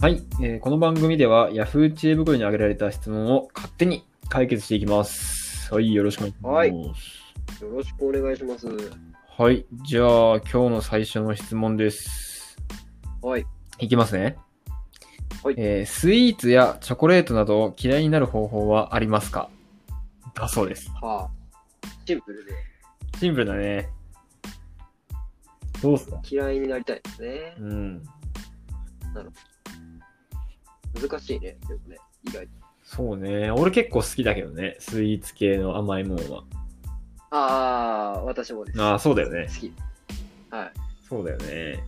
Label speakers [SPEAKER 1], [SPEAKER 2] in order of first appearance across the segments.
[SPEAKER 1] はい、えーこの番組では Yahoo 知恵袋に挙げられた質問を勝手に解決していきます。はい、よろしくお願いします。
[SPEAKER 2] よろしくお願いします。
[SPEAKER 1] はい、じゃあ今日の最初の質問です。
[SPEAKER 2] はい。
[SPEAKER 1] いきますね。
[SPEAKER 2] はい
[SPEAKER 1] えースイーツやチョコレートなどを嫌いになる方法はありますかだそうです。
[SPEAKER 2] はあ。シンプルで
[SPEAKER 1] シンプルだね。どうっすか
[SPEAKER 2] 嫌いになりたいですね
[SPEAKER 1] う。ん。
[SPEAKER 2] 難しいね。でもね、意外と。
[SPEAKER 1] そうね。俺結構好きだけどね。スイーツ系の甘いものは。
[SPEAKER 2] ああ、私もです。
[SPEAKER 1] ああ、そうだよね
[SPEAKER 2] 好。き。 はい。
[SPEAKER 1] そうだよね。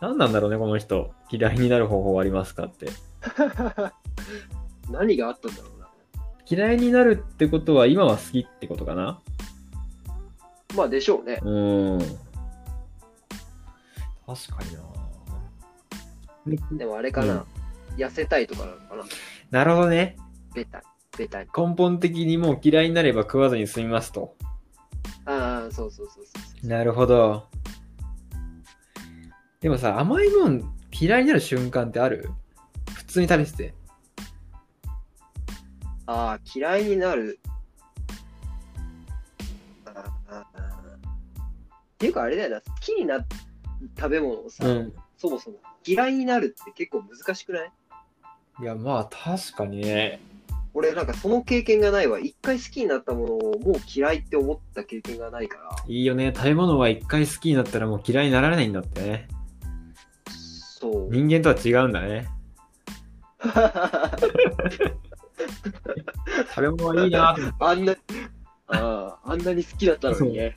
[SPEAKER 1] 何なんだろうね、この人。嫌いになる方法はありますかって。
[SPEAKER 2] 何があったんだろうな。
[SPEAKER 1] 嫌いになるってことは今は好きってことかな
[SPEAKER 2] まあでしょうね。
[SPEAKER 1] うーん。確かにな
[SPEAKER 2] でもあれかな。
[SPEAKER 1] うん
[SPEAKER 2] 痩せたいとかなのかな。
[SPEAKER 1] なるほどね。
[SPEAKER 2] ベタ。ベタに。
[SPEAKER 1] 根本的にもう嫌いになれば食わずに済みますと。
[SPEAKER 2] ああ、そうそうそうそう。
[SPEAKER 1] なるほど。でもさ、甘いもん嫌いになる瞬間ってある普通に食べてて。
[SPEAKER 2] ああ、嫌いになる。あーあー。あーっていうかあれだよな。好きになっ食べ物をさ、
[SPEAKER 1] うん。
[SPEAKER 2] そもそも嫌いになるって結構難しくない
[SPEAKER 1] いや、まあ確かにね。
[SPEAKER 2] 俺なんかその経験がないわ一回好きになったものをもう嫌いって思った経験がないから
[SPEAKER 1] いいよね。食べ物は一回好きになったらもう嫌いにならないんだってね。
[SPEAKER 2] そう
[SPEAKER 1] 人間とは違うんだね。食べ物はいいなって。
[SPEAKER 2] あんなあああんなに好きだったのにね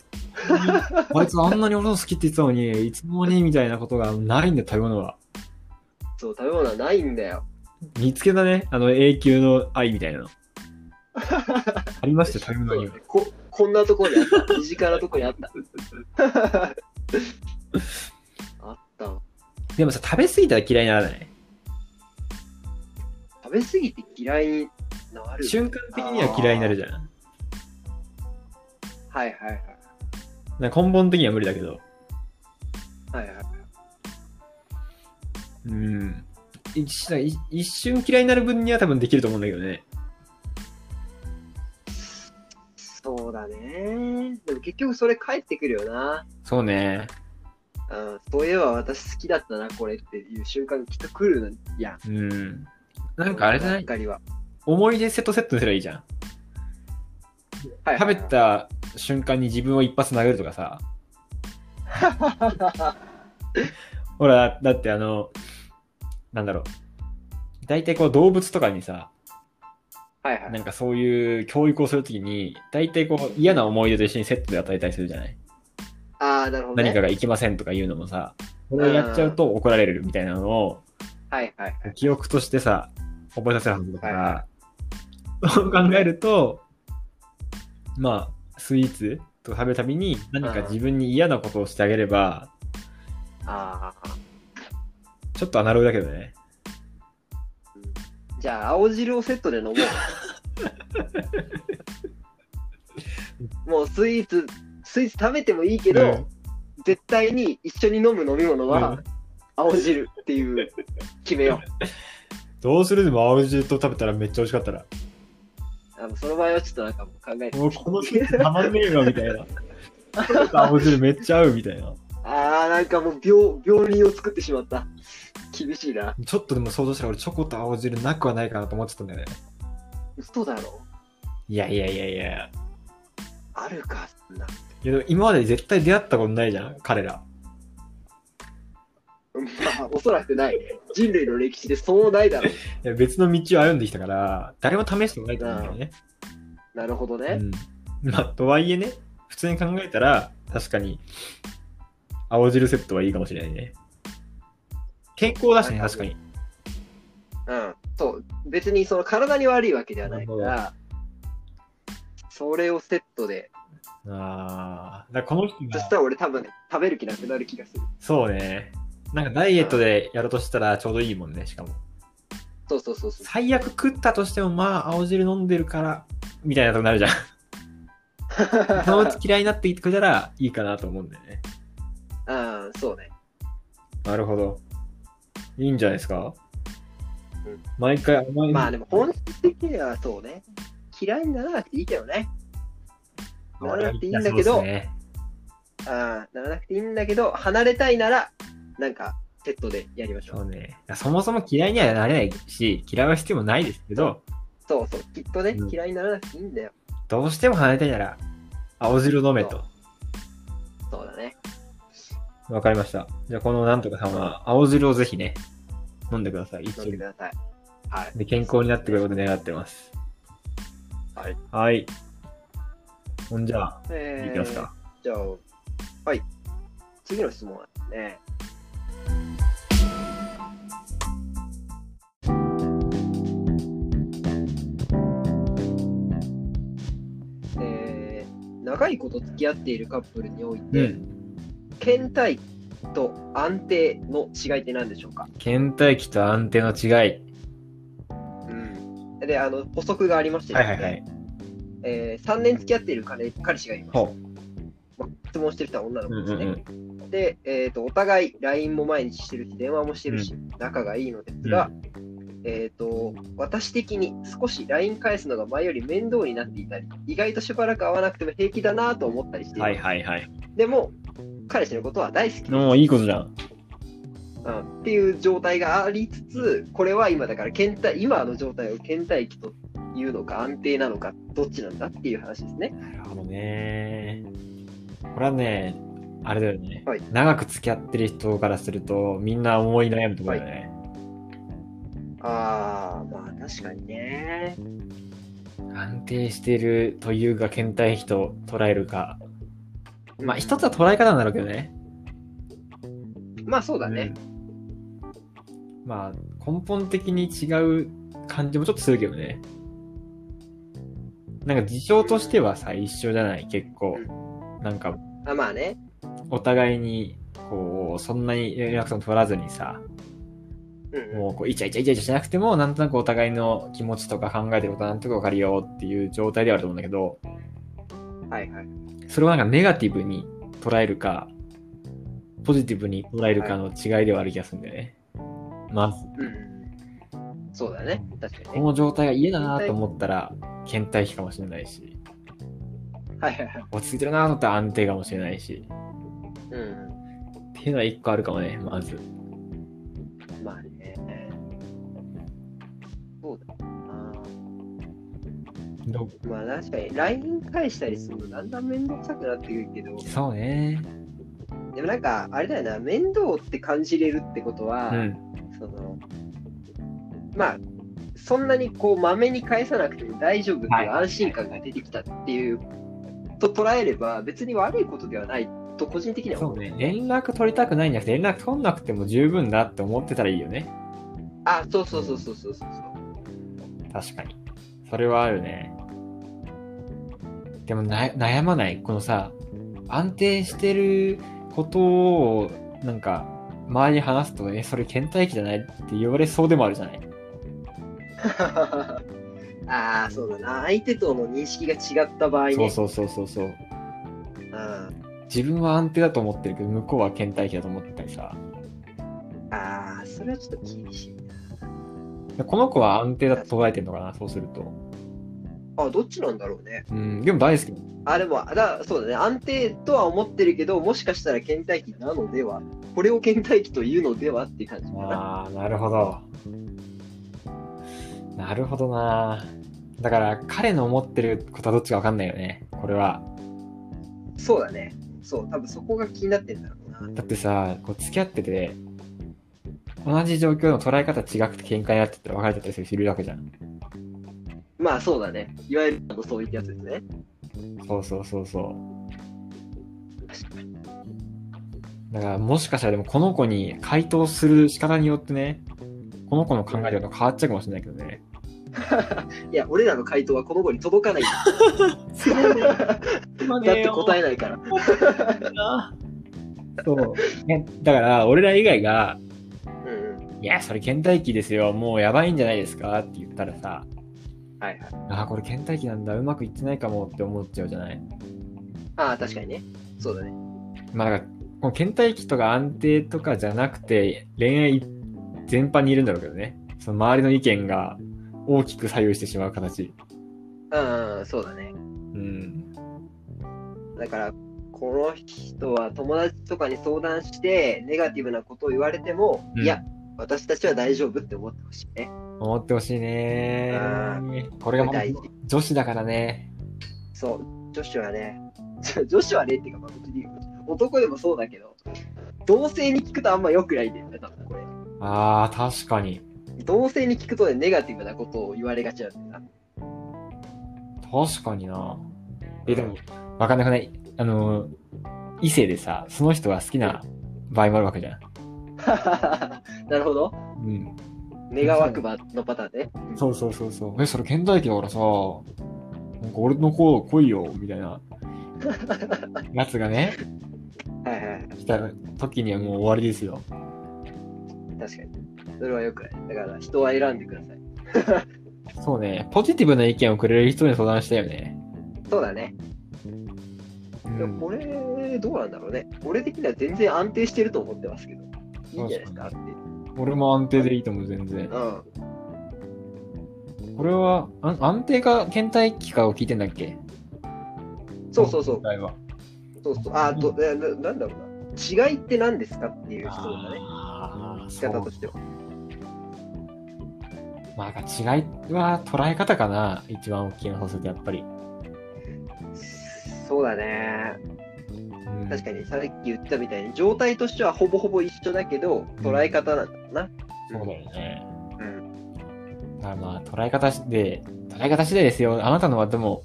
[SPEAKER 1] あいつあんなに俺の好きって言ってたのに、いつもにみたいなことがないんだよ、食べ物は。
[SPEAKER 2] そう食べ物はないんだよ
[SPEAKER 1] 見つけたね。あの永久の愛みたいなの。ありましたよ、食べ
[SPEAKER 2] そ
[SPEAKER 1] 物
[SPEAKER 2] う
[SPEAKER 1] には
[SPEAKER 2] だね。ここんなとこにあった 身近なとこにあった あった
[SPEAKER 1] でもさ、食べ過ぎたら嫌いにならない。
[SPEAKER 2] 食べ過ぎて嫌いになる
[SPEAKER 1] 瞬間的には嫌いになるじゃん。
[SPEAKER 2] はいはいはい
[SPEAKER 1] なんか根本的には無理だけど。
[SPEAKER 2] はいはい
[SPEAKER 1] うん。一瞬い一瞬嫌いになる分には多分できると思うんだけどね。
[SPEAKER 2] そうだねでも結局それ帰ってくるよな
[SPEAKER 1] そうね。
[SPEAKER 2] うんそういえば私好きだったな、これっていう瞬間がきっと来るや
[SPEAKER 1] うん。
[SPEAKER 2] ん。
[SPEAKER 1] なんかあれじゃな
[SPEAKER 2] ばっ
[SPEAKER 1] い
[SPEAKER 2] かりは。
[SPEAKER 1] 思い出セットセットにすればいいじゃん。
[SPEAKER 2] はい
[SPEAKER 1] 食べ。た瞬間に自分を一発投げるとかさ。ほら、だってあの、なんだろう。大体こう動物とかにさ、
[SPEAKER 2] はいは。
[SPEAKER 1] ないんかそういう教育をするときに、大体こう嫌な思い出と一緒にセットで与えたりするじゃない
[SPEAKER 2] ああ、なるほど、ね。
[SPEAKER 1] 何かがいけませんとかいうのもさ、これをやっちゃうと怒られるみたいなのを、
[SPEAKER 2] はいはいはい。
[SPEAKER 1] 記憶としてさ、覚えさせるはずだから、
[SPEAKER 2] は
[SPEAKER 1] そう考えると、まあ、スイーツとか食べるたびに、何か自分に嫌なことをしてあげれば、
[SPEAKER 2] ああ。
[SPEAKER 1] ちょっとアナログだけどね。
[SPEAKER 2] じゃあ、青汁をセット で飲もう。もうスイーツ、スイーツ食べてもいいけど、絶対に一緒に飲む飲み物
[SPEAKER 1] う
[SPEAKER 2] は
[SPEAKER 1] ん
[SPEAKER 2] 青汁っていう 決めよう。
[SPEAKER 1] どうするでも青汁と食べたらめっちゃ美味しかった ら、
[SPEAKER 2] あのその場合はちょっとなんかもう考えて。
[SPEAKER 1] もうこの季節たまんねえよみたいな。青汁めっちゃ合うみたいな。
[SPEAKER 2] ああ、なんかもう病病人を作ってしまった。厳しいな。
[SPEAKER 1] ちょっとでも想像したら俺チョコと青汁なくはないかなと思っちゃったんだよね。
[SPEAKER 2] 嘘だろ。
[SPEAKER 1] いやいやいやいや。
[SPEAKER 2] あるか、そんな。
[SPEAKER 1] いやでも今まで絶対出会ったことないじゃん、彼ら。
[SPEAKER 2] まあ、おそらくない。人類の歴史でそうないだろう。
[SPEAKER 1] いや別の道を歩んできたから、誰も試してもないと思うんだよね。
[SPEAKER 2] なるほどね。
[SPEAKER 1] うん、まあ、とはいえね、普通に考えたら、確かに、青汁セットはいいかもしれないね。健康だしね、確かに。
[SPEAKER 2] うん。そう。別にその体に悪いわけではないから、それをセットで、
[SPEAKER 1] ああ、だからこの人
[SPEAKER 2] そし
[SPEAKER 1] が、
[SPEAKER 2] たら俺多分ね、食べる気なくなる気がする。
[SPEAKER 1] そうね。なんかダイエットでやろうとしたらちょうどいいもんね、しかも。
[SPEAKER 2] そうそうそうそう。
[SPEAKER 1] 最悪食ったとしても、まあ、青汁飲んでるから、みたいなとこになるじゃん。そのうち嫌いになっていってくれたらいいかなと思うんだよね。
[SPEAKER 2] うん、そうね。
[SPEAKER 1] なるほど。いいんじゃないですか
[SPEAKER 2] うん
[SPEAKER 1] 毎回甘い。
[SPEAKER 2] まあでも本質的にはそうね。嫌いにならなくていいけどね。ならなくていいんだけど
[SPEAKER 1] そうっすね
[SPEAKER 2] ああ、ならなくていいんだけど、離れたいなら、なんか、セットでやりましょ。
[SPEAKER 1] そううね。そもそも嫌いにはなれないし、嫌いはしてもないですけど、
[SPEAKER 2] そうそう、きっとね
[SPEAKER 1] う、ん
[SPEAKER 2] 嫌いにならなくていいんだよ。
[SPEAKER 1] どうしても離れたいなら、青汁飲めと。
[SPEAKER 2] そうだね。
[SPEAKER 1] わかりました。じゃあ、このなんとかさんは、青汁をぜひね、飲んでください。一
[SPEAKER 2] 飲
[SPEAKER 1] 緒
[SPEAKER 2] んで
[SPEAKER 1] に
[SPEAKER 2] ください。はい。
[SPEAKER 1] で健康になってくることを願ってます。
[SPEAKER 2] はい。
[SPEAKER 1] はい。ほんじゃあ、
[SPEAKER 2] え
[SPEAKER 1] い
[SPEAKER 2] ー
[SPEAKER 1] きますか。
[SPEAKER 2] じゃあ、はい。次の質問はですね。えー長いこと付き合っているカップルにおいて、
[SPEAKER 1] うん。
[SPEAKER 2] 倦怠と安定の違いって何でしょうか、
[SPEAKER 1] 倦怠期と安定の違い。
[SPEAKER 2] うん、であの補足がありまして、
[SPEAKER 1] はいはいはい。
[SPEAKER 2] えー3年付き合っている彼彼氏がいます、
[SPEAKER 1] ほ
[SPEAKER 2] まあ質問してる人は女の
[SPEAKER 1] う。う
[SPEAKER 2] 子
[SPEAKER 1] ん
[SPEAKER 2] です
[SPEAKER 1] うん
[SPEAKER 2] ね、
[SPEAKER 1] うん。
[SPEAKER 2] で、えー、とお互い LINE も毎日してるし電話もしてるし、仲がいいのですが、えー、と私的に少し LINE 返すのが前より面倒になっていたり意外としばらく会わなくても平気だなと思ったりしていま
[SPEAKER 1] は
[SPEAKER 2] す
[SPEAKER 1] いはいはい。
[SPEAKER 2] でも彼氏のことは大好きです
[SPEAKER 1] もういいことじゃん。
[SPEAKER 2] うんっていう状態がありつつ、これは今だから倦怠、今の状態を倦怠期というのか、安定なのか、どっちなんだっていう話ですね。
[SPEAKER 1] なるほどね。これはね、あれだよね。
[SPEAKER 2] はい
[SPEAKER 1] 長く付き合ってる人からすると、みんな思い悩むところだよね。
[SPEAKER 2] ああ、まあ確かにね。
[SPEAKER 1] 安定しているというか、倦怠期と捉えるか。まあ、一
[SPEAKER 2] つ。
[SPEAKER 1] つは捉え方なんだろうけどね。
[SPEAKER 2] まあそうだね。
[SPEAKER 1] うんまあ根本的に違う感じもちょっとするけどねなんか事象としてはさ一緒じゃない結構なんか
[SPEAKER 2] あまあね。
[SPEAKER 1] お互いにこうそんなに連絡も取らずにさ
[SPEAKER 2] うんうん
[SPEAKER 1] もうこうイチャイチャイチャイチャしなくてもなんとなくお互いの気持ちとか考えてることなんとか分かるよっていう状態ではあると思うんだけど
[SPEAKER 2] はいはい。
[SPEAKER 1] それをなんかネガティブに捉えるかポジティブに捉えるかの違いではある気がするんだよね、まず
[SPEAKER 2] うんうん。そうだね。確か
[SPEAKER 1] こ
[SPEAKER 2] にね。
[SPEAKER 1] の状態が嫌だなと思ったら倦怠期かもしれないし
[SPEAKER 2] はいはいはい。
[SPEAKER 1] 落ち着いてるなと思ったら安定かもしれないし
[SPEAKER 2] うんう
[SPEAKER 1] っていうのは一個あるかもねまず
[SPEAKER 2] ん。まあね。そうだな。
[SPEAKER 1] ど
[SPEAKER 2] まあ確かに LINE 返したりするのだんだん面倒くさくなってくるけど。
[SPEAKER 1] そうね
[SPEAKER 2] でもなんか、あれだよな、面倒って感じれるってことは、
[SPEAKER 1] うん
[SPEAKER 2] その、まあ、そんなにこう、まめに返さなくても大丈夫って
[SPEAKER 1] はいいう
[SPEAKER 2] 安心感が出てきたっていう、と捉えれば、別に悪いことではないと、個人的には
[SPEAKER 1] そ
[SPEAKER 2] 思
[SPEAKER 1] う
[SPEAKER 2] う。
[SPEAKER 1] ね連絡取りたくないんじゃなくて連絡取んなくても十分だって思ってたらいいよね
[SPEAKER 2] あ、そうそうそうそうそうそう。
[SPEAKER 1] 確かにそれはあるねでもな悩まないこのさ安定してることをなんか周りに話すとえそれ倦怠期じゃないって言われそうでもあるじゃない
[SPEAKER 2] ああ、そうだな。相手との認識が違った場合ね。
[SPEAKER 1] そうそうそうそうそう
[SPEAKER 2] あ
[SPEAKER 1] 自分は安定だと思ってるけど向こうは倦怠期だと思ってたりさ
[SPEAKER 2] あー、それはちょっと厳しいな。
[SPEAKER 1] この子は安定だと捉えてるのかなそうすると
[SPEAKER 2] あ、どっちなんだろうね。
[SPEAKER 1] うんでも大好き
[SPEAKER 2] あ、でも、だそうだね、安定とは思ってるけど、もしかしたら倦怠期なのでは、これを倦怠期というのではっていう感じかな。
[SPEAKER 1] ああなるほどなるほどなだから彼の思ってることはどっちか分かんないよねこれは
[SPEAKER 2] そうだね。そう、多分そこが気になってんだろうな。
[SPEAKER 1] だってさこう付き合ってて同じ状況の捉え方違くて喧嘩になってたら別れちゃったりする人いるわけじゃん
[SPEAKER 2] まあそうだね。いわゆるあのそういったやつですね。
[SPEAKER 1] そうそうそうそう。だからもしかしたらでもこの子に回答する仕方によってね、この子の考え方が変わっちゃうかもしれないけどね。
[SPEAKER 2] いや、俺らの回答はこの子に 届かない。 だって答えないから。
[SPEAKER 1] えな。そう。ねだから俺ら以外が、
[SPEAKER 2] うんうん。
[SPEAKER 1] いや、それ倦怠期ですよ。もうやばいんじゃないですかって言ったらさ、
[SPEAKER 2] はいはい。
[SPEAKER 1] ああ、これ倦怠期なんだ。うまくいってないかもって思っちゃうじゃない。
[SPEAKER 2] ああ、確かにね。そうだね。
[SPEAKER 1] まあだから、この倦怠期とか安定とかじゃなくて、恋愛全般にいるんだろうけどね。その周りの意見が大きく左右してしまう形。
[SPEAKER 2] うんうん、そうだね。
[SPEAKER 1] うん。
[SPEAKER 2] だから、この人は友達とかに相談して、ネガティブなことを言われても、
[SPEAKER 1] うん
[SPEAKER 2] いや、私たちは大丈夫って思ってほしいね。
[SPEAKER 1] 思ってほしいね
[SPEAKER 2] あ。
[SPEAKER 1] これがまあ
[SPEAKER 2] 大事
[SPEAKER 1] 女子だからね。
[SPEAKER 2] そう、女子はね、 女子はねっていうか、まあ、別に男でもそうだけど、同性に聞くとあんま良くないんだよね、多分これ。
[SPEAKER 1] ああ、確かに。
[SPEAKER 2] 同性に聞くとね、ネガティブなことを言われがちなんだよな。
[SPEAKER 1] 確かにな。え、でも、わかんなくないあの、異性でさ、その人が好きな場合もあるわけじゃん。
[SPEAKER 2] な るほど。
[SPEAKER 1] うん。
[SPEAKER 2] 願わくばのパターンね。
[SPEAKER 1] そうそうそうそう。え、それ倦怠期だからさ、なんか俺の子来いよ、みたい な。やつがね、
[SPEAKER 2] はいはいはい。
[SPEAKER 1] 来た時にはもう終わりですよ。
[SPEAKER 2] 確かに。それは良くない。だから人は選んでください。
[SPEAKER 1] そうね、ポジティブな意見をくれる人に相談したよね。
[SPEAKER 2] そうだね。
[SPEAKER 1] う
[SPEAKER 2] でも
[SPEAKER 1] ん、
[SPEAKER 2] これ、どうなんだろうね。俺的には全然安定してると思ってますけど。いいんじゃないですか、安
[SPEAKER 1] 俺も安定でいいと思う、全然
[SPEAKER 2] 定。。うん。
[SPEAKER 1] これは、あ安定か倦怠期かを聞いてんだっけ
[SPEAKER 2] そうそうそう
[SPEAKER 1] 今。回は。
[SPEAKER 2] そうそう。あ、ど、えななんだろうな。違いって何ですかっていう質問だね。
[SPEAKER 1] ああ、
[SPEAKER 2] 仕方
[SPEAKER 1] そう
[SPEAKER 2] としては。
[SPEAKER 1] まあ、なんか違いは捉え方かな、一番大きいのそうすると、やっぱり。
[SPEAKER 2] そうだね。
[SPEAKER 1] うん
[SPEAKER 2] 確かにさっき言ったみたいに、状態としてはほぼほぼ一緒だけど、捉え方なんだろうな。
[SPEAKER 1] そうだよね。
[SPEAKER 2] うん。
[SPEAKER 1] だからまあ、捉え方しで、捉え方次第ですよ。あなたのは、でも、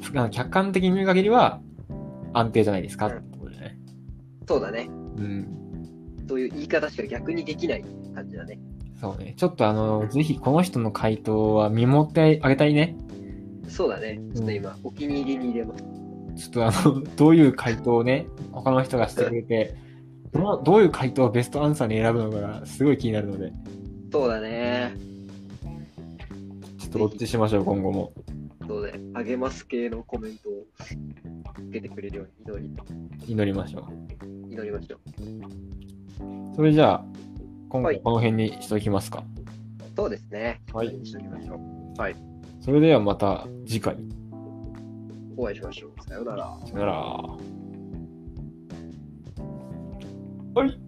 [SPEAKER 1] ふあの客観的に見る限りは、安定じゃないですか、
[SPEAKER 2] うん
[SPEAKER 1] ってことだよね。
[SPEAKER 2] そうだね。
[SPEAKER 1] うん。
[SPEAKER 2] そういう言い方しか逆にできない感じだね。
[SPEAKER 1] そうね。ちょっとあの、ぜひこの人の回答は見守ってあげたいね。
[SPEAKER 2] そうだね。ちょっと今、お気に入りに入れます。
[SPEAKER 1] ちょっとあの、 どういう回答をね、他の人がしてくれて、どのどういう回答をベストアンサーに選ぶのかがすごい気になるので、
[SPEAKER 2] そうだね。
[SPEAKER 1] ちょっとウォッチしましょう、今後も。
[SPEAKER 2] そうだね。励ます系のコメントを受けてくれるように祈り
[SPEAKER 1] 祈りましょう。
[SPEAKER 2] 祈りましょう。
[SPEAKER 1] それじゃあ、今
[SPEAKER 2] は
[SPEAKER 1] 回
[SPEAKER 2] い
[SPEAKER 1] この辺にしておきますか。
[SPEAKER 2] そうですね。
[SPEAKER 1] はい
[SPEAKER 2] 一緒にしときましょう。
[SPEAKER 1] それではまた次回。
[SPEAKER 2] お会いしましょう。さようなら。
[SPEAKER 1] さよなら。はい。